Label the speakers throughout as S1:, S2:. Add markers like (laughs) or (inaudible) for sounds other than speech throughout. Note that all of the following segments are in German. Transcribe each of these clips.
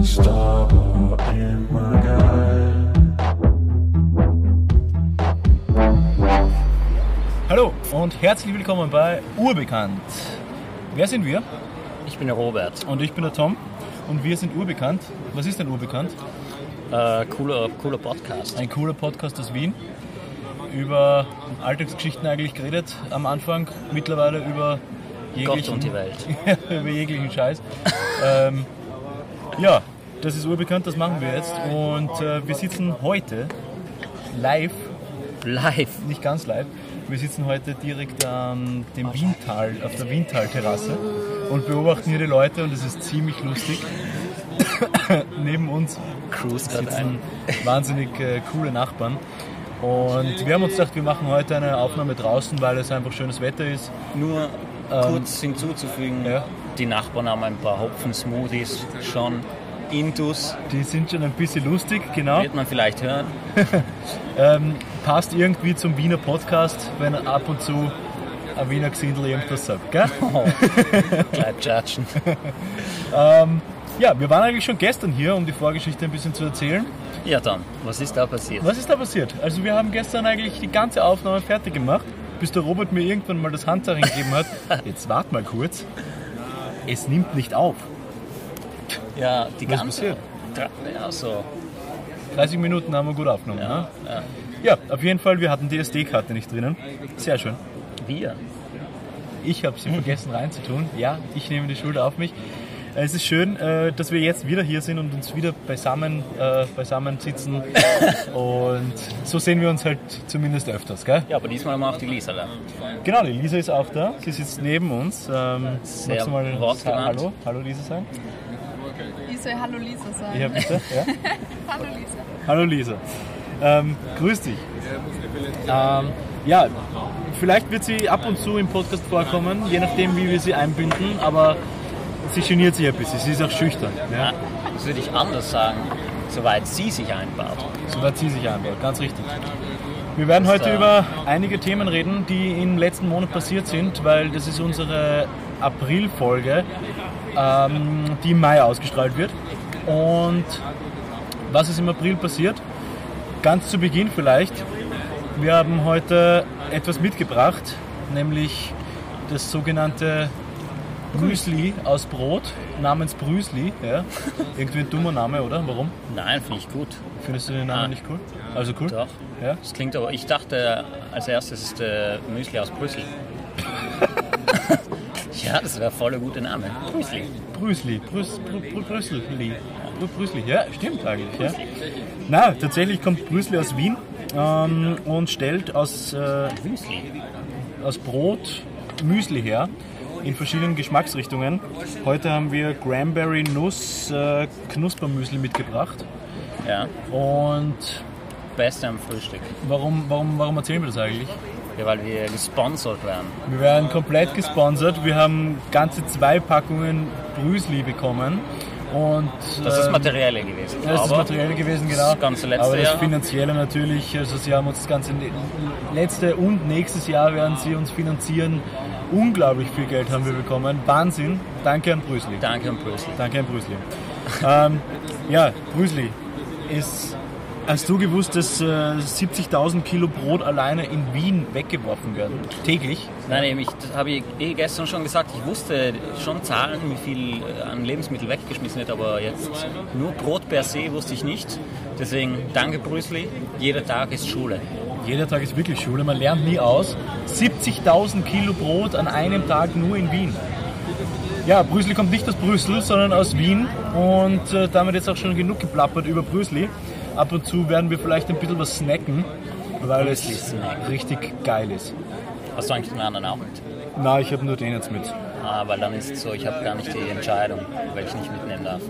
S1: ist aber immer geil.
S2: Hallo und herzlich willkommen bei Urbekannt. Wer sind wir?
S3: Ich bin der Robert.
S2: Und ich bin der Tom. Und wir sind Urbekannt. Was ist denn Urbekannt?
S3: Äh, cooler, cooler Podcast.
S2: Ein cooler Podcast aus Wien. Über Alltagsgeschichten eigentlich geredet am Anfang. Mittlerweile über jeglichen,
S3: Gott und die Welt.
S2: (laughs) über jeglichen Scheiß. ähm, ja, das ist urbekannt, das machen wir jetzt. Und äh, wir sitzen heute live,
S3: Live.
S2: nicht ganz live, wir sitzen heute direkt am dem Wiental, auf der Wiental-Terrasse und beobachten hier die Leute und es ist ziemlich lustig. (coughs) Neben uns
S3: Cruise gerade ein.
S2: sitzen wahnsinnig äh, coole Nachbarn. Und wir haben uns gedacht, wir machen heute eine Aufnahme draußen, weil es einfach schönes Wetter ist.
S3: Nur kurz hinzuzufügen,
S2: ja.
S3: die Nachbarn haben ein paar Hopfen-Smoothies schon. Intus
S2: Die sind schon ein bisschen lustig, genau.
S3: wird man vielleicht hören.
S2: Ähm, passt irgendwie zum Wiener Podcast, wenn ab und zu ein Wiener Gesindel irgendwas sagt,
S3: (laughs)
S2: gell?
S3: Oh, gleich judgen.
S2: Ja, wir waren eigentlich schon gestern hier, um die Vorgeschichte ein bisschen zu erzählen.
S3: Ja dann, was ist da passiert?
S2: Was ist da passiert? Also wir haben gestern eigentlich die ganze Aufnahme fertig gemacht, bis der Robert mir irgendwann mal das Handzeichen gegeben hat. Jetzt wart mal kurz. Es nimmt nicht auf.
S3: Ja, die
S2: Was
S3: ganze...
S2: passiert?
S3: Dra- Ja, so.
S2: 30 Minuten haben wir gut aufgenommen. Ja, ne?
S3: Ja, ja.
S2: ja auf jeden Fall, wir hatten die SD-Karte nicht drinnen. Sehr schön.
S3: Wir.
S2: Ich habe sie vergessen reinzutun. Ja, ich nehme die Schuld auf mich. Es ist schön, äh, dass wir jetzt wieder hier sind und uns wieder beisammen, äh, beisammen sitzen. Und so sehen wir uns halt zumindest öfters, gell?
S3: Ja, aber diesmal haben wir auch die Lisa da.
S2: Genau, die Lisa ist auch da. Sie sitzt neben uns. Ähm,
S3: Sehr
S2: magst du mal
S3: wortgewandt.
S2: Hallo, Hallo Lisa sagen?
S4: Ich soll Hallo Lisa sagen.
S2: Ja, bitte. Ja?
S4: Hallo Lisa.
S2: Hallo Lisa. Ähm, grüß dich. Ähm, ja, vielleicht wird sie ab und zu im Podcast vorkommen, je nachdem, wie wir sie einbinden, aber sie geniert sich ein bisschen. Sie ist auch schüchtern. Ja?
S3: Ah, Das würde ich anders sagen, soweit sie sich einbaut.
S2: So hat sie sich einbaut, ganz richtig. Wir werden heute
S3: äh,
S2: über einige Themen reden, die im letzten Monat passiert sind, weil das ist unsere April-Folge, ähm, die im Mai ausgestrahlt wird. Und was ist im April passiert? Ganz zu Beginn vielleicht. Wir haben heute etwas mitgebracht, nämlich das sogenannte Müsli aus Brot namens Brüsli. Ja. Irgendwie ein dummer Name, oder? Warum?
S3: Nein, finde ich gut.
S2: Findest du den Namen
S3: Ah.
S2: nicht cool? Also cool?
S3: Doch.
S2: Ja?
S3: Das klingt aber, ich dachte als erstes ist äh, Müsli
S2: (laughs)
S3: aus Brüssel. ja, das wäre voll ein guter Name. Brüssel.
S2: Brüsli. Brüs, Brü, Brü, Brüsseli. Brü, Brüsli. Ja, stimmt eigentlich. Ja. Na, tatsächlich kommt Brüsli aus Wien ähm, und stellt aus, äh,
S3: Müsli.
S2: aus Brot Müsli her in verschiedenen Geschmacksrichtungen. Heute haben wir Cranberry Nuss äh, Knuspermüsli mitgebracht.
S3: Ja,
S2: Und
S3: Beste am Frühstück.
S2: warum, warum, warum erzählen wir das eigentlich?
S3: Ja, weil wir gesponsert werden.
S2: Wir werden komplett gesponsert. Wir haben ganze zwei Packungen Brüsli bekommen. Und,
S3: Das ist
S2: ähm,
S3: Materielle gewesen.
S2: Ja, das ist
S3: aber
S2: materiell gewesen,
S3: das
S2: genau.
S3: ganze letzte
S2: Aber das
S3: Jahr.
S2: Finanzielle natürlich, also sie haben uns das ganze ne- letzte und nächstes Jahr werden sie uns finanzieren. Unglaublich viel Geld haben wir bekommen. Wahnsinn. Danke an Brüssel.
S3: Danke an Brüssel.
S2: Danke an Brüssel. ähm, ja, Brüssel ist. Hast du gewusst, dass äh, 70.000 Kilo Brot alleine in Wien weggeworfen werden? Täglich?
S3: Nein, eben, ich das habe ich eh gestern schon gesagt, ich wusste schon Zahlen, wie viel äh, an Lebensmittel weggeschmissen wird, aber jetzt nur Brot per se wusste ich nicht. Deswegen danke Brüssel, jeder Tag ist Schule.
S2: Jeder Tag ist wirklich Schule, man lernt nie aus. 70.000 Kilo Brot an einem Tag nur in Wien. Ja, Brüssel kommt nicht aus Brüssel, sondern aus Wien. Und äh, damit jetzt auch schon genug geplappert über Brüssel. Ab und zu werden wir vielleicht ein bisschen was snacken, weil es
S3: Brüssel-Snack.
S2: richtig geil ist.
S3: Hast du eigentlich den anderen auch mit?
S2: Na, ich habe nur den jetzt mit.
S3: Ah, weil dann ist es so, ich habe gar nicht die Entscheidung, welche ich nicht mitnehmen darf.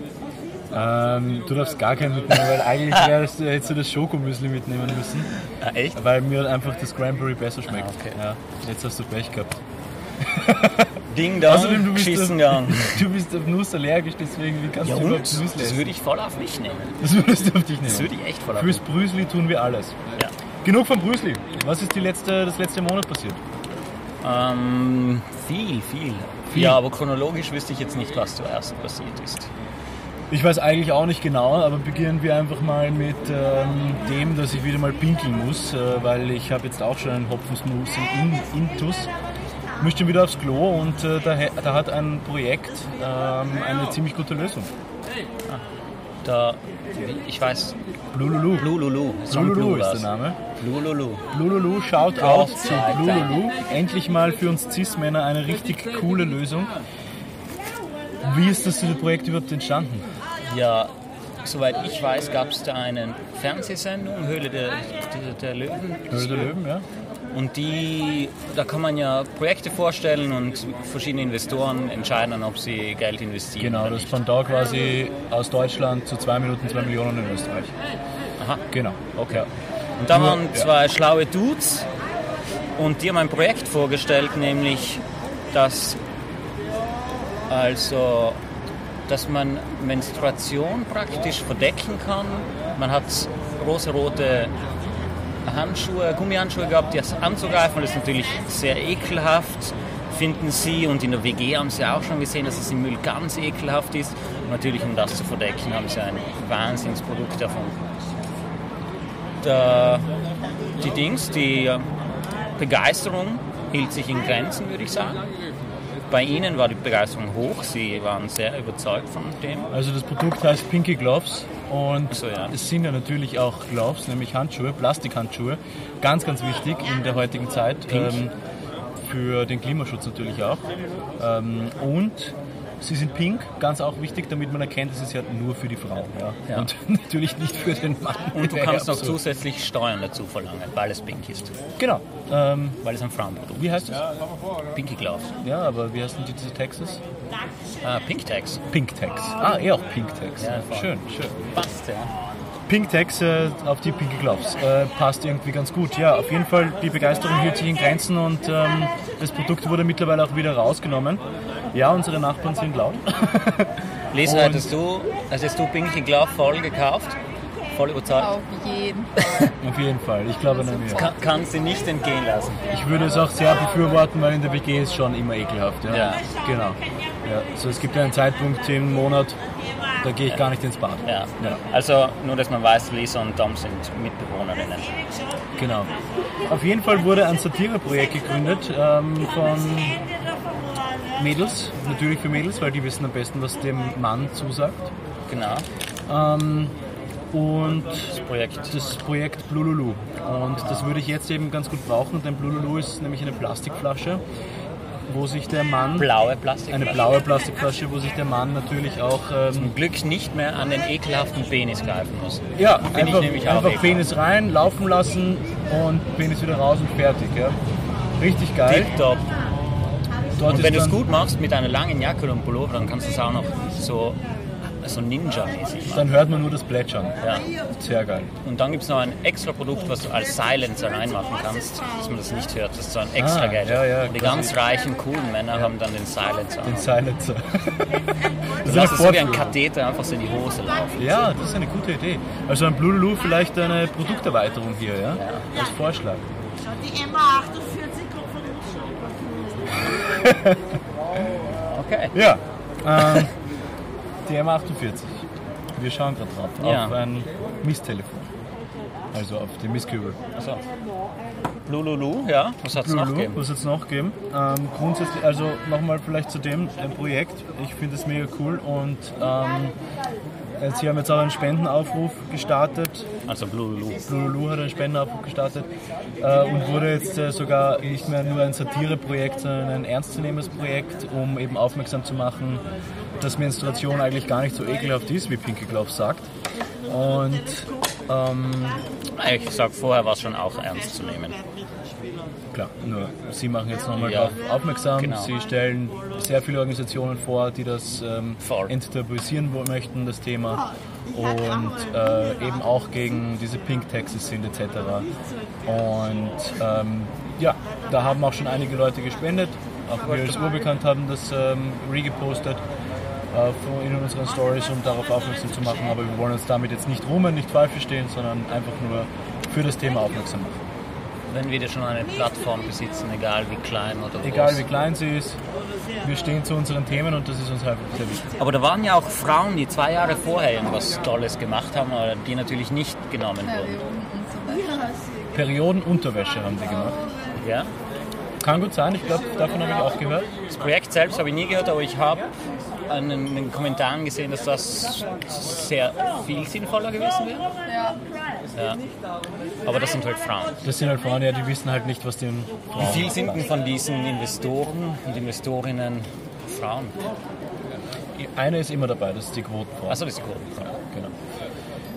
S2: Ähm, du darfst gar keinen mitnehmen, weil eigentlich
S3: (laughs)
S2: wärst, du- hättest du das Schokomüsli mitnehmen müssen,
S3: Ah, echt?
S2: weil mir einfach das Cranberry besser schmeckt.
S3: Ah, okay.
S2: ja, jetzt hast du Pech gehabt.
S3: Ding Dong,
S2: Außerdem, du bist
S3: geschissen
S2: auf,
S3: gegangen.
S2: du bist auf Nuss allergisch, deswegen wie kannst
S3: (laughs) Ja
S2: du
S3: und?
S2: überhaupt Müsli
S3: Das
S2: essen?
S3: würde ich voll auf mich nehmen.
S2: Das würdest du auf dich nehmen.
S3: Das würde ich echt voll auf mich
S2: Fürs Brüsli tun wir alles.
S3: nehmen. Ja.
S2: Genug von Brüsli. Was ist die letzte, das letzte Monat passiert?
S3: Ähm, viel, viel,
S2: Viel?
S3: Ja, aber chronologisch wüsste ich jetzt nicht, was zuerst passiert ist.
S2: Ich weiß eigentlich auch nicht genau, aber beginnen wir einfach mal mit ähm, dem, dass ich wieder mal pinkeln muss, äh, weil ich habe jetzt auch schon einen Hopfensmoothie in Intus. Ich muss schon wieder aufs Klo und äh, da, hä- da hat ein Projekt ähm, eine ziemlich gute Lösung.
S3: Da, ich weiß,
S2: Blululu.
S3: Blululu. Es war ein
S2: Blululu
S3: Blue
S2: ist der
S3: was.
S2: Name.
S3: Blululu.
S2: Lululu, schaut out
S3: Gott
S2: zu
S3: sei Dank.
S2: Lululu. Endlich mal für uns Cis-Männer eine richtig coole Lösung. Wie ist das Projekt überhaupt entstanden?
S3: Ja, soweit ich weiß, gab es da eine Fernsehsendung, Höhle der, der, der Löwen.
S2: Höhle der Löwen, ja.
S3: Und die, da kann man ja Projekte vorstellen und verschiedene Investoren entscheiden, dann, ob sie Geld investieren.
S2: Genau,
S3: oder
S2: das
S3: nicht.
S2: Pendant quasi aus Deutschland zu 2 Minuten 2 Millionen in Österreich.
S3: Aha.
S2: Genau, okay.
S3: Und da waren
S2: Ja.
S3: zwei schlaue Dudes und die haben ein Projekt vorgestellt, nämlich, dass, also, dass man Menstruation praktisch verdecken kann. Man hat rosarote Handschuhe, Gummihandschuhe gehabt, die das anzugreifen, das ist natürlich sehr ekelhaft, finden sie. Und in der WG haben sie auch schon gesehen, dass es im Müll ganz ekelhaft ist. Und natürlich, um das zu verdecken, haben sie ein Wahnsinnsprodukt davon äh, die Dings, die äh, Begeisterung hielt sich in Grenzen, würde ich sagen. Bei ihnen war die Begeisterung hoch, sie waren sehr überzeugt von dem.
S2: Also das Produkt heißt Pinky Gloves und
S3: so, ja.
S2: es sind ja natürlich auch Gloves, nämlich Handschuhe, Plastikhandschuhe. Ganz, ganz wichtig in der heutigen Zeit. Ähm, für den Klimaschutz natürlich auch. Ähm, und sie sind pink, ganz auch wichtig, damit man erkennt, es ist ja nur für die Frau. Ja.
S3: Ja.
S2: Und (laughs) natürlich nicht für den Mann.
S3: Und du
S2: Wäre
S3: kannst noch
S2: absurd.
S3: zusätzlich Steuern dazu verlangen, weil es pink ist.
S2: Genau. Ähm,
S3: Weil es ein Frauenprodukt
S2: wie heißt das? Ja.
S3: ist. Pinky Glove.
S2: aber wie heißt denn diese Texas?
S3: Ah, Pink Tags.
S2: Pink Tax. Ah, eh auch Pink Tax.
S3: Ja, voll.
S2: schön, schön.
S3: Passt, ja.
S2: Pink Tax äh, auf die Pinky Gloves. Äh, passt irgendwie ganz gut. Ja, auf jeden Fall, die Begeisterung hielt sich in Grenzen und ähm, das Produkt wurde mittlerweile auch wieder rausgenommen. Ja, unsere Nachbarn sind laut. (laughs)
S3: Lisa,
S2: Und-
S3: hättest du, hättest du Pinky Glove voll gekauft? Voll überzeugt?
S4: Auf jeden
S2: auf jeden Fall, ich glaube an mir.
S3: Ka kannst sie nicht entgehen lassen.
S2: Ich würde es auch sehr befürworten, weil in der WG ist schon immer ekelhaft. Ja,
S3: Ja.
S2: genau. Ja, so es gibt ja einen Zeitpunkt, im Monat, da gehe ich gar nicht ins Bad.
S3: Ja.
S2: ja.
S3: Also nur, dass man weiß, Lisa und Tom sind Mitbewohnerinnen.
S2: Genau. Auf jeden Fall wurde ein Satireprojekt gegründet ähm, von Mädels, natürlich für Mädels, weil die wissen am besten, was dem Mann zusagt.
S3: Genau.
S2: Und
S3: Projekt.
S2: das Projekt Blululu. Und das würde ich jetzt eben ganz gut brauchen, denn Blululu ist nämlich eine Plastikflasche, wo sich der Mann,
S3: blaue Plastik.
S2: eine blaue Plastikflasche, wo sich der Mann natürlich auch ähm,
S3: Zum Glück nicht mehr an den ekelhaften Penis greifen muss.
S2: Ja,
S3: Finde ich
S2: einfach,
S3: nämlich auch
S2: einfach
S3: ekelhaft.
S2: Penis rein, laufen lassen und Penis wieder raus und fertig. Ja. Richtig geil.
S3: Tipptopp.
S2: Dort
S3: Und
S2: ist
S3: wenn du es
S2: dann-
S3: gut machst mit einer langen Jacke und Pullover, dann kannst du es auch noch so, so Ninja-mäßig machen.
S2: Dann hört man nur das Plätschern.
S3: Ja.
S2: Sehr geil.
S3: Und dann gibt es noch ein extra Produkt, was du als Silencer reinmachen kannst, dass man das nicht hört. Das ist so ein extra Gadget.
S2: Ah, ja, ja,
S3: und die
S2: quasi.
S3: ganz reichen, coolen Männer haben dann den Silencer.
S2: Den Silencer.
S3: Du
S2: das
S3: lässt es so wie ein
S2: Fortführung.
S3: Katheter einfach so in die Hose laufen.
S2: Ja, das ist eine gute Idee. Also ein Blululu vielleicht eine Produkterweiterung hier, ja? Als Vorschlag.
S5: Die Emma 48 kommt von uns schon.
S3: Okay.
S2: Ja. Ähm, die M48. Wir schauen gerade drauf.
S3: Ja.
S2: Auf ein Misstelefon. Also auf die Misskübel.
S3: So. Lululu, ja. Was hat es noch
S2: Lulu,
S3: gegeben?
S2: was jetzt noch geben? Ähm, grundsätzlich, also nochmal vielleicht zu dem äh, Projekt. Ich finde es mega cool und ähm, jetzt, sie haben jetzt auch einen Spendenaufruf gestartet.
S3: Also Lululu.
S2: Lulu hat einen Spendenaufruf gestartet äh, und wurde jetzt äh, sogar nicht mehr nur ein Satireprojekt, sondern ein ernstzunehmendes Projekt, um eben aufmerksam zu machen, dass Menstruation eigentlich gar nicht so ekelhaft ist, wie Pinky Glove sagt. Und
S3: Ich sag, vorher war es schon auch ernst zu nehmen.
S2: Klar, nur Sie machen jetzt nochmal
S3: Ja.
S2: darauf aufmerksam.
S3: Genau.
S2: Sie stellen sehr viele Organisationen vor, die das ähm,
S3: Voll.
S2: enttabuisieren wo- möchten, das Thema. Und äh, eben auch gegen diese Pink Taxes sind etc. Und ähm, ja, da haben auch schon einige Leute gespendet. Auch wir als Urbekannt haben das ähm, regepostet äh, von- in unseren Stories, um darauf aufmerksam zu machen. Aber wir wollen uns damit jetzt nicht rumen, nicht falsch verstehen, sondern einfach nur für das Thema aufmerksam machen.
S3: wenn wir schon eine Plattform besitzen, egal wie klein oder groß.
S2: Egal wie klein sie ist, wir stehen zu unseren Themen und das ist uns halt sehr wichtig.
S3: Aber da waren ja auch Frauen, die zwei Jahre vorher irgendwas Tolles gemacht haben, aber die natürlich nicht genommen wurden.
S4: Perioden und so weiter.
S2: Periodenunterwäsche haben die gemacht.
S3: Ja?
S2: Kann gut sein, ich glaube, davon habe ich auch gehört.
S3: Das Projekt selbst habe ich nie gehört, aber ich habe an den Kommentaren gesehen, dass das sehr viel sinnvoller gewesen wäre.
S4: Ja,
S3: Ja. Aber das sind halt Frauen.
S2: Das sind halt Frauen, ja, die wissen halt nicht, was den
S3: Wie viel sind denn von diesen Investoren und Investorinnen Frauen?
S2: Eine ist immer dabei, das ist die Quotenfrau.
S3: Achso, das ist cool.
S2: genau.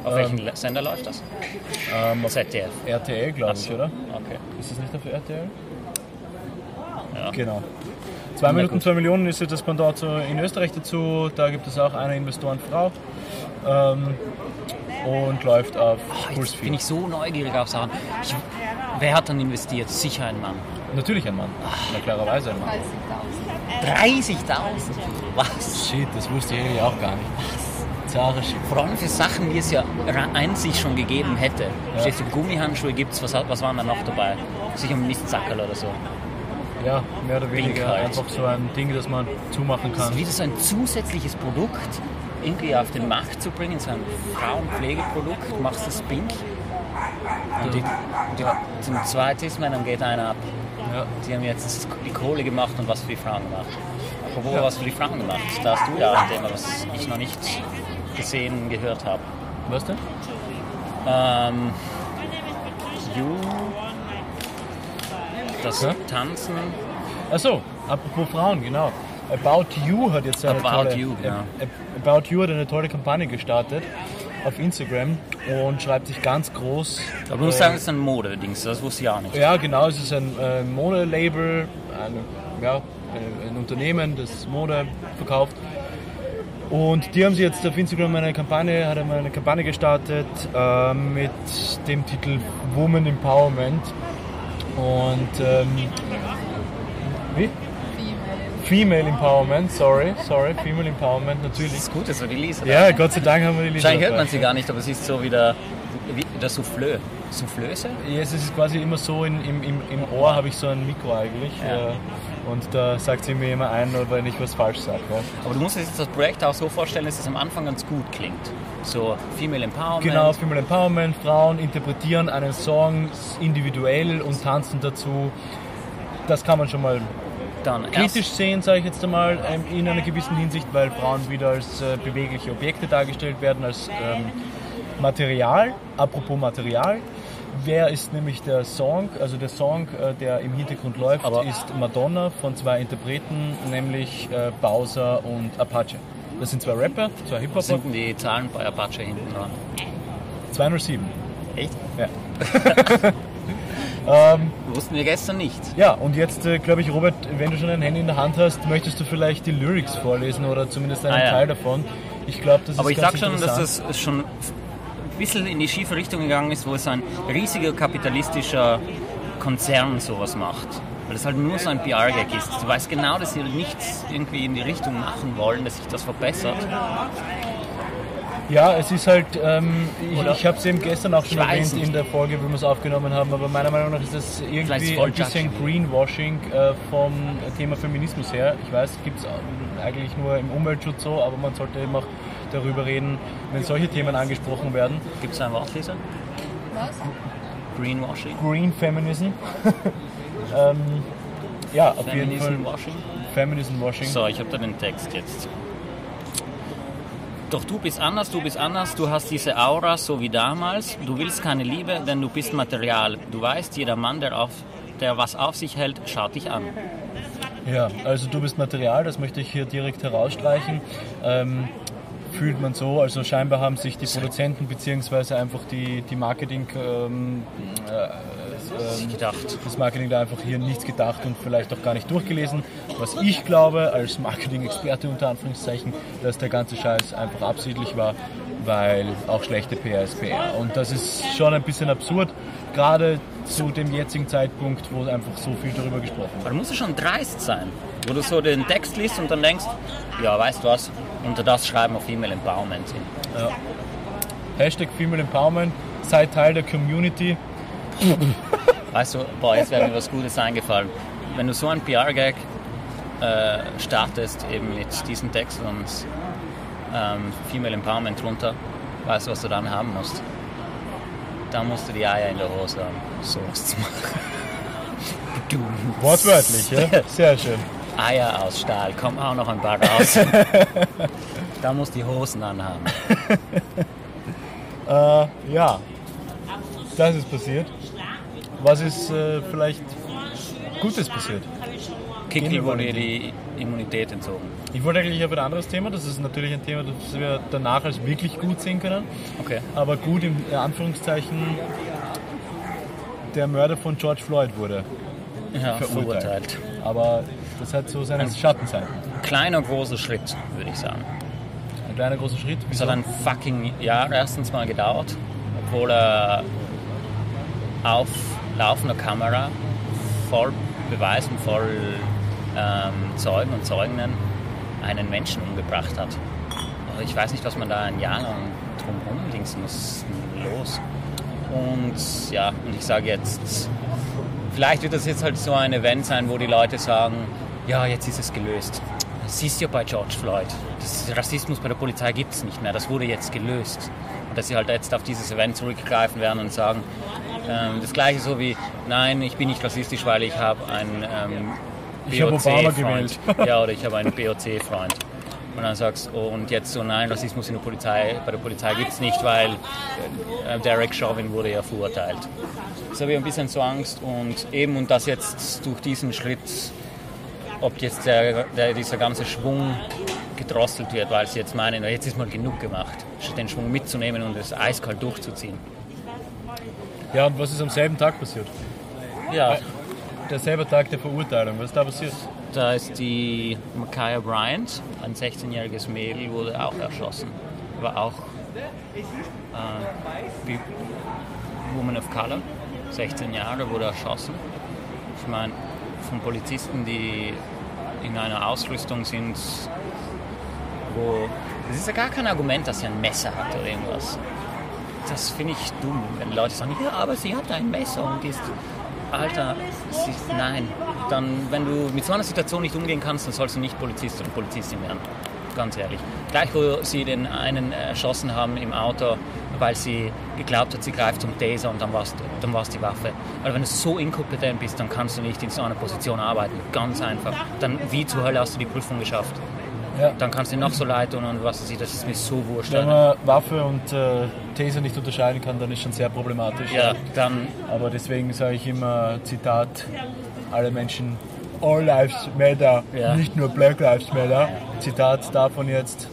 S3: Auf welchen Le- Sender läuft das?
S2: Ähm, auf
S3: ZDF.
S2: RTL, glaube ich, oder?
S3: Okay.
S2: Ist das nicht auf RTL?
S3: Ja.
S2: Genau. Zwei Minuten,
S3: gut.
S2: zwei Millionen ist ja das Pendant zu, in Österreich dazu. Da gibt es auch eine Investorenfrau. Ähm, und läuft auf
S3: Ah,
S2: Puls
S3: Jetzt
S2: 4.
S3: bin ich so neugierig auf Sachen. Ich, wer hat dann investiert? Sicher ein Mann.
S2: Natürlich ein Mann. Na, klarerweise ein Mann.
S4: 30.000.
S3: 30.000? Was?
S2: Shit, das wusste ich eigentlich auch gar nicht. Zare Shit.
S3: Frauen für Sachen, die es ja ra- einzig schon gegeben hätte. Stehst du, Gummihandschuhe gibt's, was, hat- was waren da noch dabei? Sicher ein Mistsackerl oder so.
S2: Ja, mehr oder weniger
S3: halt.
S2: einfach so ein Ding, das man zumachen
S3: Das ist
S2: kann.
S3: wieder so ein zusätzliches Produkt irgendwie auf den Markt zu bringen, so ein Frauenpflegeprodukt, machst das pink. Und die, die, zum zweiten ist man, dann geht einer ab.
S2: Ja.
S3: Die haben jetzt die Kohle gemacht und was für die Frauen gemacht. Apropos was für die Frauen gemacht. Da hast du ja ein Thema, was ich noch nicht gesehen, gehört habe.
S2: Was denn?
S3: Ähm, you, das
S2: Ja?
S3: Tanzen,
S2: Achso, apropos Frauen, genau. About You hat jetzt eine
S3: About
S2: tolle,
S3: You, genau.
S2: Ab- About You hat eine tolle Kampagne gestartet auf Instagram und schreibt sich ganz groß.
S3: aber du musst sagen, es äh, ist ein Modedings, das wusste ich auch nicht.
S2: Ja, genau, es ist ein äh, Modelabel, ein, ja, ein- ein Unternehmen, das Mode verkauft. Und die haben sie jetzt auf Instagram eine Kampagne, hat einmal eine Kampagne gestartet äh, mit dem Titel Woman Empowerment. Und ähm, wie?
S4: Female.
S2: Female Empowerment, sorry, sorry, Female Empowerment natürlich.
S3: Das ist gut, das war die Lisa.
S2: Ja, Gott sei Dank haben wir die Lisa.
S3: Wahrscheinlich hört man
S2: dabei.
S3: sie gar nicht, aber sie ist so wie der, wie der Souffleur. Soufflöse?
S2: Ja, es ist quasi immer so, in, im, im, im Ohr habe ich so ein Mikro eigentlich.
S3: Ja.
S2: äh, Und da sagt sie mir immer ein, wenn ich was falsch sage. Ja.
S3: Aber du musst dir jetzt das Projekt auch so vorstellen, dass es am Anfang ganz gut klingt. So Female Empowerment.
S2: Genau, Female Empowerment, Frauen interpretieren einen Song individuell und tanzen dazu. Das kann man schon mal
S3: Dann erst-
S2: kritisch sehen, sage ich jetzt einmal, ähm, in einer gewissen Hinsicht, weil Frauen wieder als äh, bewegliche Objekte dargestellt werden, als ähm, Material. Apropos Material, wer ist nämlich der Song, also der Song, äh, der im Hintergrund läuft,
S3: Aber-
S2: ist Madonna von zwei Interpreten, nämlich äh, Bowser und Apache. Das sind zwei Rapper, zwei
S3: Was
S2: Hip-Hopper,
S3: sind denn die Zahlen bei Apache hinten dran?
S2: 207.
S3: Echt? (laughs)
S2: Ja. Ähm,
S3: Wussten wir gestern nicht.
S2: ja, und jetzt äh, glaube ich, Robert, wenn du schon ein Handy in der Hand hast, möchtest du vielleicht die Lyrics vorlesen oder zumindest einen
S3: Ah, ja.
S2: Teil davon. Ich glaube, das
S3: Aber
S2: ist
S3: ich
S2: ganz
S3: sag schon, dass
S2: interessant.
S3: das schon ein bisschen in die schiefe Richtung gegangen ist, wo es ein riesiger kapitalistischer Konzern sowas macht. Weil das halt nur so ein PR-Gag ist. Du weißt genau, dass sie nichts irgendwie in die Richtung machen wollen, dass sich das verbessert.
S2: Ja, es ist halt, ähm, ich,
S3: Oder?
S2: ich habe es eben gestern auch schon
S3: Ich weiß
S2: erwähnt
S3: nicht.
S2: in der Folge, wie wir es aufgenommen haben, aber meiner Meinung nach ist das
S3: Vielleicht ist
S2: irgendwie
S3: es voll
S2: ein bisschen
S3: judgy.
S2: Greenwashing äh, vom Thema Feminismus her. Ich weiß, gibt es eigentlich nur im Umweltschutz so, aber man sollte eben auch darüber reden, wenn solche Themen angesprochen werden.
S3: Gibt es ein Wort, Lisa?
S4: Was?
S3: Greenwashing?
S2: Green Feminism. (laughs) ähm, ja, auf jeden
S3: Feminism
S2: Fall
S3: Washing?
S2: Feminism Washing.
S3: So, ich habe da den Text jetzt. Doch du bist anders, du bist anders, du hast diese Aura so wie damals. Du willst keine Liebe, denn du bist Material. Du weißt, jeder Mann, der, auf, der was auf sich hält, schaut dich an.
S2: Ja, also du bist Material, das möchte ich hier direkt herausstreichen. Ähm, fühlt man so, also scheinbar haben sich die Produzenten beziehungsweise einfach die, die Marketing, ähm,
S3: Ich gedacht,
S2: das Marketing da einfach hier nichts gedacht und vielleicht auch gar nicht durchgelesen. Was ich glaube, als Marketing-Experte unter Anführungszeichen, dass der ganze Scheiß einfach absichtlich war, weil auch schlechte PR ist PR. Und das ist schon ein bisschen absurd, gerade zu dem jetzigen Zeitpunkt, wo einfach so viel darüber gesprochen wird.
S3: aber da musst du schon dreist sein, wo du so den Text liest und dann denkst, ja, weißt du was, unter das schreiben auf E-Mail Empowerment hin.
S2: Hashtag Female Empowerment, seid Teil der Community.
S3: Weißt du, boah, jetzt wäre mir was Gutes eingefallen. Wenn du so einen PR-Gag äh, startest, eben mit diesem Text und ähm, Female Empowerment drunter, weißt du, was du dann haben musst. Da musst du die Eier in der Hose haben. So was zu machen.
S2: Wortwörtlich, ja? Sehr schön.
S3: Eier aus Stahl, kommen auch noch ein paar raus. da muss die Hosen anhaben.
S2: Äh, ja, das ist passiert. Was ist äh, vielleicht Gutes passiert?
S3: Kickel
S2: Gehen wir
S3: wurde
S2: mal in
S3: die Immunität entzogen.
S2: Ich wollte eigentlich auf ein anderes Thema. Das ist natürlich ein Thema, das wir danach als wirklich gut sehen können.
S3: Okay.
S2: Aber gut im äh, Anführungszeichen der Mörder von George Floyd wurde
S3: Ja,
S2: verurteilt.
S3: verurteilt.
S2: Aber das hat so seine Schattenseiten.
S3: Kleiner, großer Schritt, würde ich sagen.
S2: Ein kleiner großer Schritt.
S3: Es hat ein fucking Jahr erstens mal gedauert, obwohl er auf laufender Kamera voll Beweisen, voll ähm, Zeugen und Zeuginnen einen Menschen umgebracht hat. Also Ich weiß nicht, was man da ein Jahr lang drum rumdingsen muss. Los. Und ja, und ich sage jetzt, vielleicht wird das jetzt halt so ein Event sein, wo die Leute sagen, ja, jetzt ist es gelöst. Das ist ja bei George Floyd. Das Rassismus bei der Polizei gibt es nicht mehr. Das wurde jetzt gelöst. Und dass sie halt jetzt auf dieses Event zurückgreifen werden und sagen, ähm, das gleiche so wie, nein, ich bin nicht rassistisch, weil ich habe einen ähm,
S2: Ich hab Obama
S3: BOC-Freund. (laughs) Ja, oder ich habe einen BOC-Freund. Und dann sagst du, oh, und jetzt so, nein, Rassismus in der Polizei, bei der Polizei gibt es nicht, weil äh, Derek Chauvin wurde ja verurteilt. Jetzt habe ich ein bisschen so Angst und eben und das jetzt durch diesen Schritt, ob jetzt der, der, dieser ganze Schwung gedrosselt wird, weil sie jetzt meinen, na, jetzt ist mal genug gemacht, statt den Schwung mitzunehmen und es eiskalt durchzuziehen.
S2: ja, und was ist am selben Tag passiert?
S3: Ja,
S2: Derselbe Tag der Verurteilung. Was ist da passiert?
S3: da ist die Micaiah Bryant, ein 16-jähriges Mädel, wurde auch erschossen. War auch äh, wie Woman of Color, 16 Jahre, wurde erschossen. Ich meine, von Polizisten, die in einer Ausrüstung sind, wo. Es ist ja gar kein Argument, dass sie ein Messer hat oder irgendwas. Das finde ich dumm, wenn Leute sagen, ja, aber sie hat ein Messer und ist. Alter, sie, nein. Dann, wenn du mit so einer Situation nicht umgehen kannst, dann sollst du nicht Polizist oder Polizistin werden. Ganz ehrlich. Gleich, wo sie den einen erschossen haben im Auto, weil sie geglaubt hat, sie greift zum Taser und dann war es dann war's die Waffe. Also wenn du so inkompetent bist, dann kannst du nicht in so einer Position arbeiten. Ganz einfach. Dann wie zur Hölle hast du die Prüfung geschafft?
S2: Ja.
S3: Dann kannst du noch so leid tun und was weiß ich, das ist mir so wurscht.
S2: Wenn
S3: Alter.
S2: man Waffe und äh, These nicht unterscheiden kann, dann ist schon sehr problematisch.
S3: Ja, dann
S2: Aber deswegen sage ich immer, Zitat, alle Menschen, all lives matter,
S3: Ja.
S2: nicht nur Black Lives Matter. Zitat davon jetzt.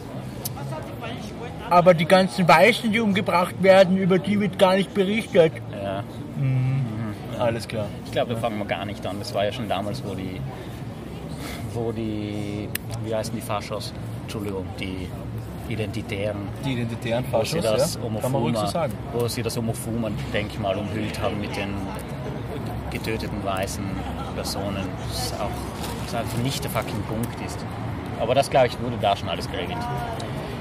S2: Aber die ganzen Weißen, die umgebracht werden, über die wird gar nicht berichtet.
S3: ja.
S2: Alles klar.
S3: Ich glaube, da fangen wir gar nicht an. Das war ja schon damals, wo die, wo die, wie heißen die Faschos? Entschuldigung, die Identitären,
S2: Die identitären
S3: wo sie
S2: Faschos,
S3: das
S2: ja? kann man ruhig so
S3: Homophuma,
S2: sagen.
S3: wo sie das Homophuma-Denkmal umhüllt haben mit den getöteten weißen Personen. Das ist auch das ist einfach nicht der fucking Punkt ist. Aber das, glaube ich, wurde da schon alles geregelt.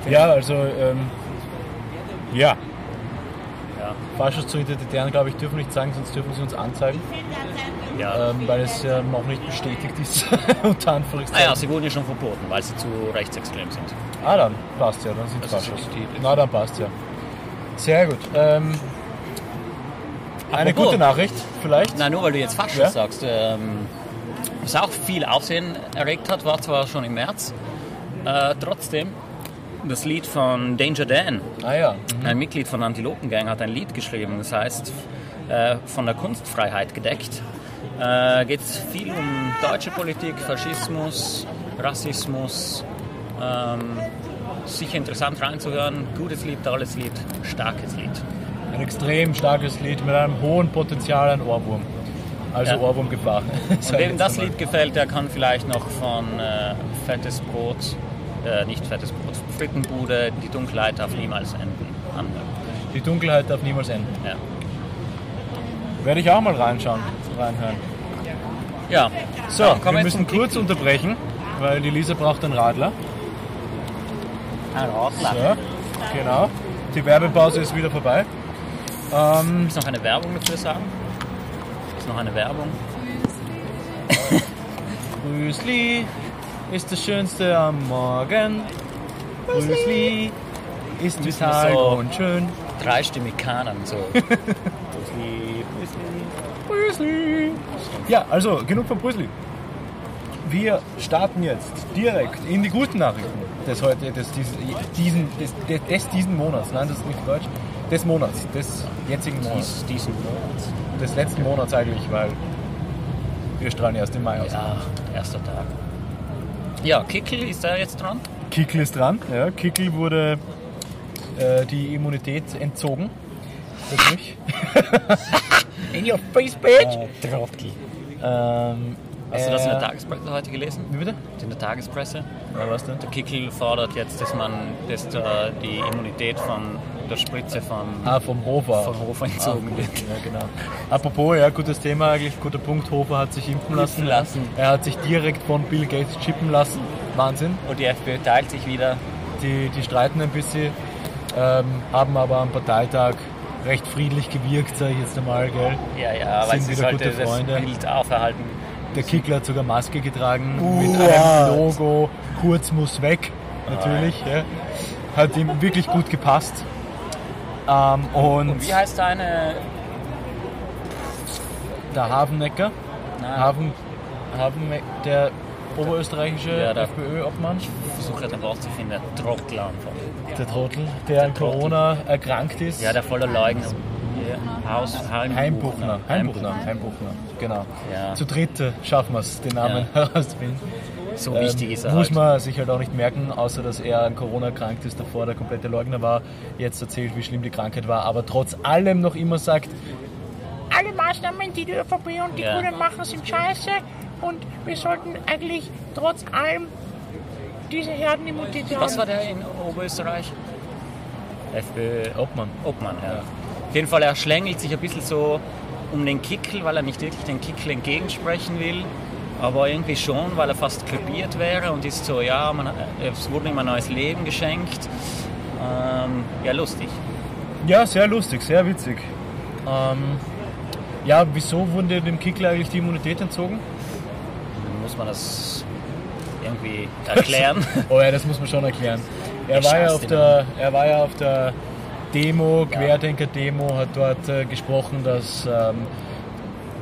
S2: Ja, also, ähm, ja.
S3: Ja.
S2: Faschos zu Identitären, glaube ich, dürfen wir nicht sagen, sonst dürfen sie uns anzeigen,
S3: Ja.
S2: ähm, weil es ja noch nicht bestätigt ist, (laughs) unter
S3: Ah
S2: Anführungszeichen.
S3: ja, sie wurden ja schon verboten, weil sie zu rechtsextrem sind.
S2: Ah, dann passt ja, dann sind
S3: Also
S2: Faschos.
S3: die- die-
S2: Na, dann passt ja. Sehr gut. Ähm, eine
S3: Apropos.
S2: gute Nachricht, vielleicht.
S3: Na, nur weil du jetzt Faschos
S2: Ja?
S3: sagst. Ähm, was auch viel Aufsehen erregt hat, war zwar schon im März, äh, trotzdem das Lied von Danger Dan,
S2: Ah ja.
S3: ein Mitglied von Antilopen Gang, hat ein Lied geschrieben, das heißt äh, von der Kunstfreiheit gedeckt. Äh, Geht es viel um deutsche Politik, Faschismus, Rassismus. Ähm, sicher interessant reinzuhören. Gutes Lied, tolles Lied, starkes Lied.
S2: Ein extrem starkes Lied mit einem hohen Potenzial an Ohrwurm. Also
S3: Ja.
S2: Ohrwurmgefahr. (laughs)
S3: Und wem das Lied gefällt, der kann vielleicht noch von äh, Fettes Brot, äh, nicht Fettes Brot, Frittenbude, die Dunkelheit darf niemals enden. anhören.
S2: Die Dunkelheit darf niemals enden.
S3: Ja.
S2: Werde ich auch mal reinschauen, reinhören.
S3: ja.
S2: So,
S3: Dann kommen
S2: wir
S3: wir jetzt
S2: müssen
S3: zum Kick.
S2: kurz unterbrechen, weil die Lisa braucht einen Radler.
S3: Ein Radler.
S2: Ja, genau. Die Werbepause ist wieder vorbei.
S3: Muss noch eine Werbung dafür sagen? Ist noch eine Werbung.
S2: Müsli ist das Schönste am Morgen. Müsli ist
S3: Müssen wir
S2: total
S3: so-
S2: und schön.
S3: Dreistimmig Kanan, so. Brüssli, Brüssli.
S2: Brüsli. Ja, also genug von Brüsli. Wir starten jetzt direkt in die guten Nachrichten des heute, des, dies- diesen, des, des, des diesen Monats. Nein, das ist nicht Deutsch. Des Monats, des jetzigen Monats,
S3: (laughs) Dies, diesen Monat.
S2: des letzten Monats eigentlich, weil wir strahlen erst im Mai aus.
S3: Ja, erster Tag. Ja, Kickel ist da jetzt dran.
S2: Kickl ist dran. Ja, Kickl wurde äh, die Immunität entzogen. Durch mich.
S3: In your face, bitch!
S2: Trottel. Ähm,
S3: Hast du das in der
S2: äh,
S3: Tagespresse heute gelesen?
S2: Wie bitte?
S3: In der Tagespresse?
S2: Ja, was denn?
S3: Der Kickel fordert jetzt, dass man dass da die Immunität von der Spritze von
S2: Ah, vom Hofer.
S3: Von Hofer entzogen wird.
S2: Ja, genau. Apropos, ja, gutes Thema eigentlich, guter Punkt. Hofer hat sich impfen lassen.
S3: Impfen lassen.
S2: Er hat sich direkt von Bill Gates chippen lassen. Wahnsinn.
S3: und die FPÖ teilt sich wieder.
S2: Die, die streiten ein bisschen, ähm, haben aber am Parteitag recht friedlich gewirkt, sage ich jetzt einmal, gell?
S3: Ja, ja, aber
S2: Sind
S3: sie
S2: wieder
S3: sollte
S2: gute Freunde.
S3: das Bild auferhalten.
S2: Der Kickler hat sogar Maske getragen mit einem Logo, kurz muss weg, natürlich. Ja. Hat ihm wirklich gut gepasst. Ähm, und,
S3: Und wie heißt deine
S2: der Hafennecker,
S3: Nein.
S2: Hafen, Hafen, der oberösterreichische
S3: Ja, der-
S2: FPÖ-Obmann,
S3: Versuche dann rauszufinden, der Trottel einfach.
S2: der Trottel, der an
S3: Trottel.
S2: Corona erkrankt ist.
S3: Ja, der voller Leugner. Ja. Haus, Heimbuchner.
S2: Heimbuchner, Heimbuchner, Heimbuchner, genau.
S3: Ja.
S2: Zu dritt äh, schaffen wir es, den Namen (laughs) herauszufinden.
S3: So
S2: Ähm,
S3: wichtig ist er
S2: Muss
S3: halt.
S2: man sich halt auch nicht merken, außer dass er an Corona erkrankt ist, davor der komplette Leugner war, jetzt erzählt, wie schlimm die Krankheit war, aber trotz allem noch immer sagt,
S6: alle Maßnahmen, die die ÖVP und die
S3: Ja.
S6: Grünen machen, sind scheiße. Und wir sollten eigentlich trotz allem diese Herdenimmunität haben.
S3: Was war der in Oberösterreich? FPÖ
S2: Obmann.
S3: Obmann, ja. Auf jeden Fall, er schlängelt sich ein bisschen so um den Kickel, weil er nicht wirklich den Kickel entgegensprechen will, aber irgendwie schon, weil er fast krepiert wäre und ist so, ja, man, es wurde ihm ein neues Leben geschenkt. Ähm, ja, lustig.
S2: Ja, sehr lustig, sehr witzig. Ähm, ja, wieso wurde dem Kickler eigentlich die Immunität entzogen?
S3: Dann muss man das irgendwie erklären.
S2: Oh ja, das muss man schon erklären. Er
S3: Ich
S2: war ja
S3: schaff's
S2: auf
S3: dir
S2: der, er war ja auf der Demo, Querdenker-Demo, hat dort äh, gesprochen, dass ähm,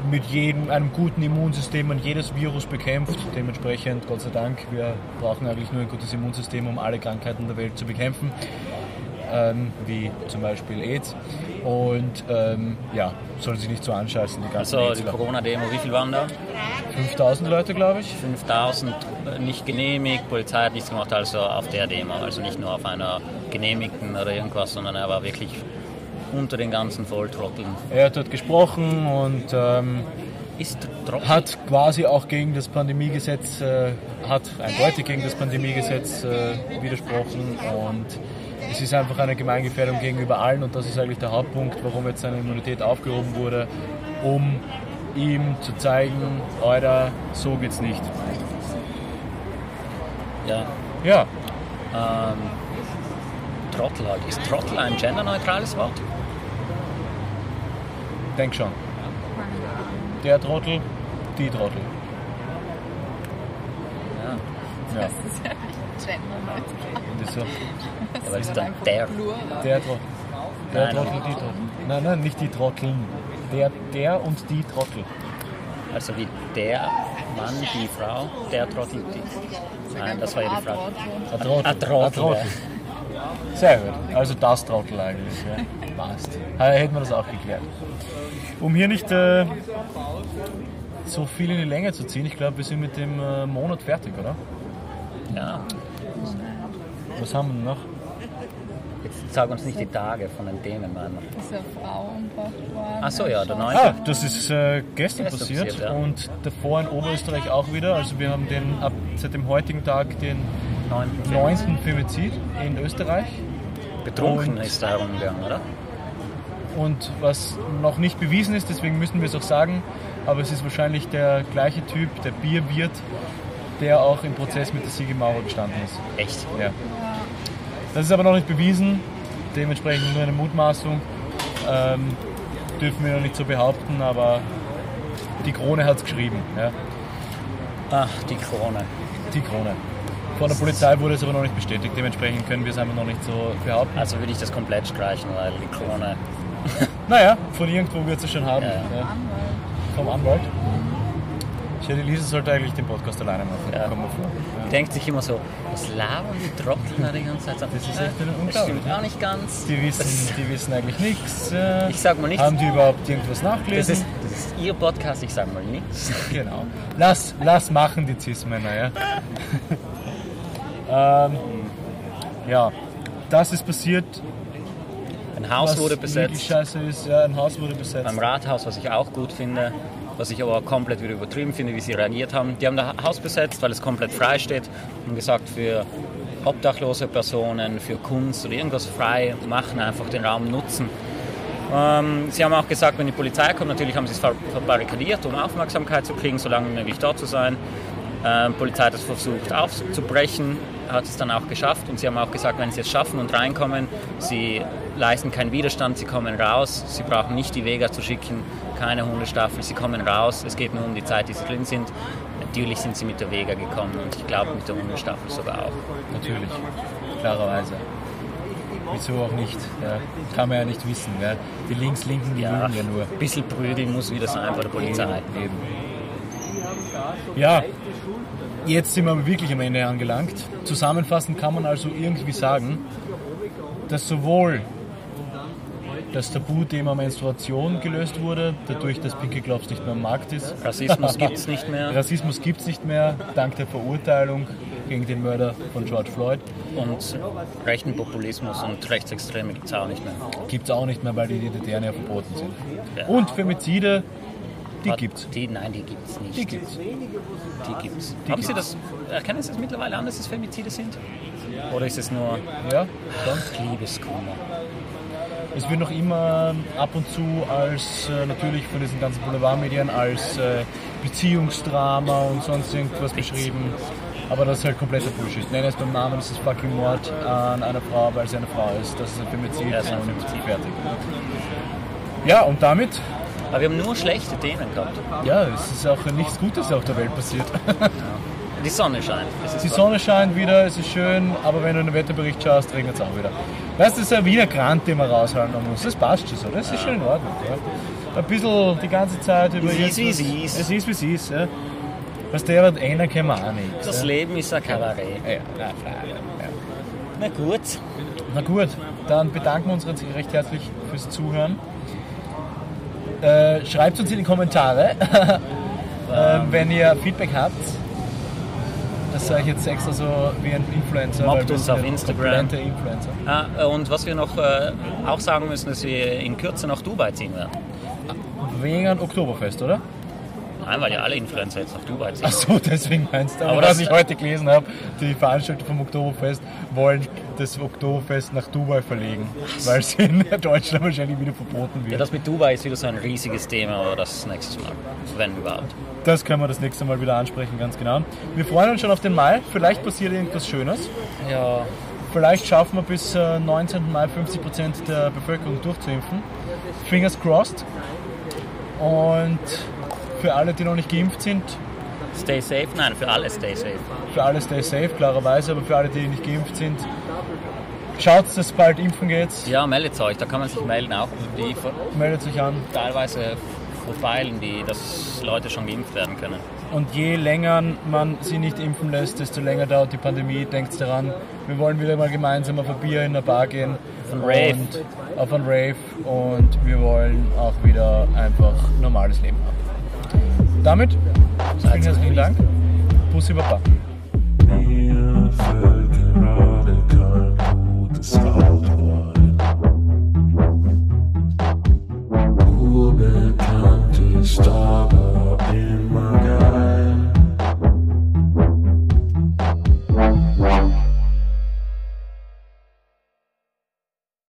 S2: mit jedem, einem guten Immunsystem man jedes Virus bekämpft. Dementsprechend, Gott sei Dank, wir brauchen eigentlich nur ein gutes Immunsystem, um alle Krankheiten der Welt zu bekämpfen, ähm, wie zum Beispiel AIDS. Und ähm, ja, soll sich nicht so anscheißen, die ganzen
S3: Also die
S2: AIDS-Leute.
S3: Corona-Demo, wie viel waren da?
S2: 5000 Leute, glaube ich.
S3: 5000 äh, nicht genehmigt, Polizei hat nichts gemacht, also auf der Demo, also nicht nur auf einer genehmigten oder irgendwas, sondern er war wirklich unter den ganzen Volltrotteln.
S2: Er hat dort gesprochen und ähm,
S3: Ist Trottel?
S2: hat quasi auch gegen das Pandemiegesetz, äh, hat eindeutig gegen das Pandemiegesetz äh, widersprochen und es ist einfach eine Gemeingefährdung gegenüber allen und das ist eigentlich der Hauptpunkt, warum jetzt seine Immunität aufgehoben wurde, um ihm zu zeigen, Alter, so geht's nicht.
S3: Ja,
S2: Ja,
S3: Trottel halt. Ist Trottel ein genderneutrales Wort?
S2: denk schon. Der Trottel, die Trottel. Ja. Ja,
S4: Das ist ja nicht genderneutral.
S2: das ist so.
S3: Ja, weil es
S4: Das
S3: dann
S4: einfach
S3: der.
S4: Plural.
S2: Der Trottel. Der
S3: Nein,
S2: Trottel, die Trottel. Nein, nein, nicht die Trotteln. Der, der und die Trottel.
S3: Also wie der Mann, die Frau, der Trottel. Die. Nein, das war ja die Frage.
S4: Abrotto.
S2: A Trottel.
S3: A Trottel,
S2: A Trottel. Sehr gut. Also das Trottel eigentlich. Ja. Passt. Ah, Hätten wir das auch geklärt. Um hier nicht äh, so viel in die Länge zu ziehen, ich glaube, wir sind mit dem äh, Monat fertig, oder?
S3: Ja.
S2: Was haben wir denn noch?
S3: Jetzt sag uns nicht die Tage von den Themen, Mann.
S4: Das ist ja Frauenpachbar.
S3: Ach so, ja, der neunte.
S2: Ah, das ist äh, gestern
S3: Gestern
S2: passiert,
S3: passiert, ja.
S2: und davor in Oberösterreich auch wieder. Also wir haben den ab seit dem heutigen Tag den
S3: Neunten.
S2: 9. Femizid in Österreich.
S3: Betrunken
S2: Und-
S3: ist da rumgegangen, oder?
S2: Und was noch nicht bewiesen ist, deswegen müssen wir es auch sagen, aber es ist wahrscheinlich der gleiche Typ, der Bierwirt, der auch im Prozess mit der Sigi Maurer gestanden ist.
S3: Echt?
S2: Ja. Das ist aber noch nicht bewiesen, dementsprechend nur eine Mutmaßung. Ähm, dürfen wir noch nicht so behaupten, aber Die Krone hat es geschrieben. Ja.
S3: Ach, die Krone.
S2: Die Krone. Von der Polizei wurde es aber noch nicht bestätigt. Dementsprechend können wir es einfach noch nicht so behaupten.
S3: Also würde ich das komplett streichen, weil die Krone.
S2: Naja, von irgendwo wird es schon haben.
S3: Ja, ja.
S2: Ja. Vom Anwalt. Ich hätte Lisa sollte eigentlich den Podcast alleine machen.
S3: Ja.
S2: Kommt mir vor.
S3: Denkt sich immer so, was labern die Trotteln da die ganze Zeit? Das
S2: ist echt unglaublich,
S3: Das stimmt
S2: ne?
S3: auch nicht ganz.
S2: Die wissen, die wissen eigentlich nichts. äh,
S3: Ich sag mal nichts.
S2: Haben die überhaupt irgendwas nachgelesen?
S3: Das ist, das ist ihr Podcast, ich sag mal nichts.
S2: Genau. Lass, lass machen die Cis-Männer, ja. ähm, ja, das ist passiert.
S3: Ein Haus
S2: was
S3: wurde
S2: wirklich
S3: besetzt,
S2: Scheiße ist, ja, ein Haus wurde besetzt.
S3: beim Rathaus, was ich auch gut finde, was ich aber komplett wieder übertrieben finde, wie sie reagiert haben. Die haben das Haus besetzt, weil es komplett frei steht und gesagt, für obdachlose Personen, für Kunst oder irgendwas frei machen, einfach den Raum nutzen. Ähm, sie haben auch gesagt, wenn die Polizei kommt, natürlich haben sie es ver- verbarrikadiert, um Aufmerksamkeit zu kriegen, so lange wie möglich dort zu sein. Ähm, Polizei hat es versucht aufzubrechen, hat es dann auch geschafft und sie haben auch gesagt, wenn sie es schaffen und reinkommen, sie leisten keinen Widerstand, sie kommen raus, sie brauchen nicht die Vega zu schicken, keine Hundestaffel, sie kommen raus, es geht nur um die Zeit, die sie drin sind. Natürlich sind sie mit der Vega gekommen und ich glaube mit der Hundestaffel sogar auch.
S2: Natürlich, klarerweise. Wieso auch nicht? Ja. Kann man ja nicht wissen. Ja. Die Links-Linken, die lügen ja nur.
S3: ein bisschen prügeln muss wieder sein bei der Polizei.
S2: Eben. Ja, jetzt sind wir wirklich am Ende angelangt. Zusammenfassend kann man also irgendwie sagen, dass sowohl das Tabuthema Menstruation gelöst wurde, dadurch, dass Pinky Gloves nicht mehr am Markt ist.
S3: Rassismus gibt's nicht mehr.
S2: Rassismus gibt es nicht mehr, dank der Verurteilung gegen den Mörder von George Floyd.
S3: Und rechten Populismus und Rechtsextreme gibt es auch nicht mehr.
S2: Gibt es auch nicht mehr, weil die Identitären ja verboten sind.
S3: Ja.
S2: Und Femizide, die gibt's.
S3: Die, nein, die gibt es nicht.
S2: Die gibt's.
S3: Die gibt's. Haben Sie das, erkennen Sie das mittlerweile an, dass es Femizide sind? Oder ist es nur
S2: Ja, schon.
S3: Liebeskummer?
S2: Es wird noch immer ähm, ab und zu als äh, natürlich von diesen ganzen Boulevardmedien als äh, Beziehungsdrama und sonst irgendwas beschrieben. Aber das ist halt kompletter Bullshit. Nenne es beim Namen, es ist fucking Mord an einer Frau, weil sie eine Frau ist. Das ist ein Femizid
S3: Ja, es ist halt ein
S2: und
S3: Femizid.
S2: fertig. Ja, und damit,
S3: Aber wir haben nur schlechte Themen gehabt.
S2: ja, es ist auch nichts Gutes auf der Welt passiert.
S3: Die Sonne scheint. Es ist
S2: Die Sonne scheint wieder, es ist schön, aber wenn du einen Wetterbericht schaust, regnet es auch wieder. Weißt du, das ist ja wieder Grant, den man raushalten muss. Das passt schon so, das ist schon in Ordnung. Ja. Ein bisschen die ganze Zeit über.
S3: Es ist, wie
S2: irgendwas-
S3: es ist.
S2: Es ist, wie es ist. Ja. Was der hat, einer kennen wir auch
S3: wa-
S2: nichts.
S3: Das Leben ist ein Kabarett.
S2: Ja, na, na, ja.
S3: Na gut.
S2: na gut, dann bedanken wir uns recht recht herzlich fürs Zuhören. Äh, schreibt uns in die Kommentare, (laughs) ähm, wenn ihr Feedback habt. Das sage ich jetzt extra so wie ein Influencer.
S3: Mobbt
S2: weil wir
S3: uns
S2: sind
S3: auf
S2: ja
S3: Instagram.
S2: komplette Influencer.
S3: Ah, und was wir noch äh, auch sagen müssen, dass wir in Kürze nach Dubai ziehen werden.
S2: Wegen Oktoberfest, (laughs) oder?
S3: Nein, weil ja alle Influencer jetzt nach Dubai ziehen.
S2: Achso, deswegen meinst du. Aber,
S3: Aber
S2: was
S3: das-
S2: ich heute gelesen habe, die Veranstalter vom Oktoberfest wollen das Oktoberfest nach Dubai verlegen, weil es in Deutschland wahrscheinlich wieder verboten
S3: Ja,
S2: wird.
S3: das mit Dubai ist wieder so ein riesiges Thema, aber das nächstes Mal, wenn überhaupt.
S2: Das können wir das nächste Mal wieder ansprechen, ganz genau. Wir freuen uns schon auf den Mai. Vielleicht passiert irgendwas Schönes.
S3: Ja,
S2: Vielleicht schaffen wir bis äh, 19. Mai 50% der Bevölkerung durchzuimpfen. Fingers crossed. Und für alle, die noch nicht geimpft sind,
S3: stay safe. Nein, für alle stay safe.
S2: für alle stay safe, klarerweise, aber für alle, die nicht geimpft sind, schaut, dass es bald impfen geht.
S3: Ja, meldet euch, da kann man sich melden auch. Die ver-
S2: Meldet sich an.
S3: teilweise verfeilen die, dass Leute schon geimpft werden können.
S2: Und je länger man sie nicht impfen lässt, desto länger dauert die Pandemie. Denkt daran, wir wollen wieder mal gemeinsam auf ein Bier in einer Bar gehen. Auf
S3: ein Rave.
S2: Und auf ein Rave. Und wir wollen auch wieder einfach normales Leben haben. Damit, vielen herzlichen Dank. Bussi Baba.
S1: Mir fällt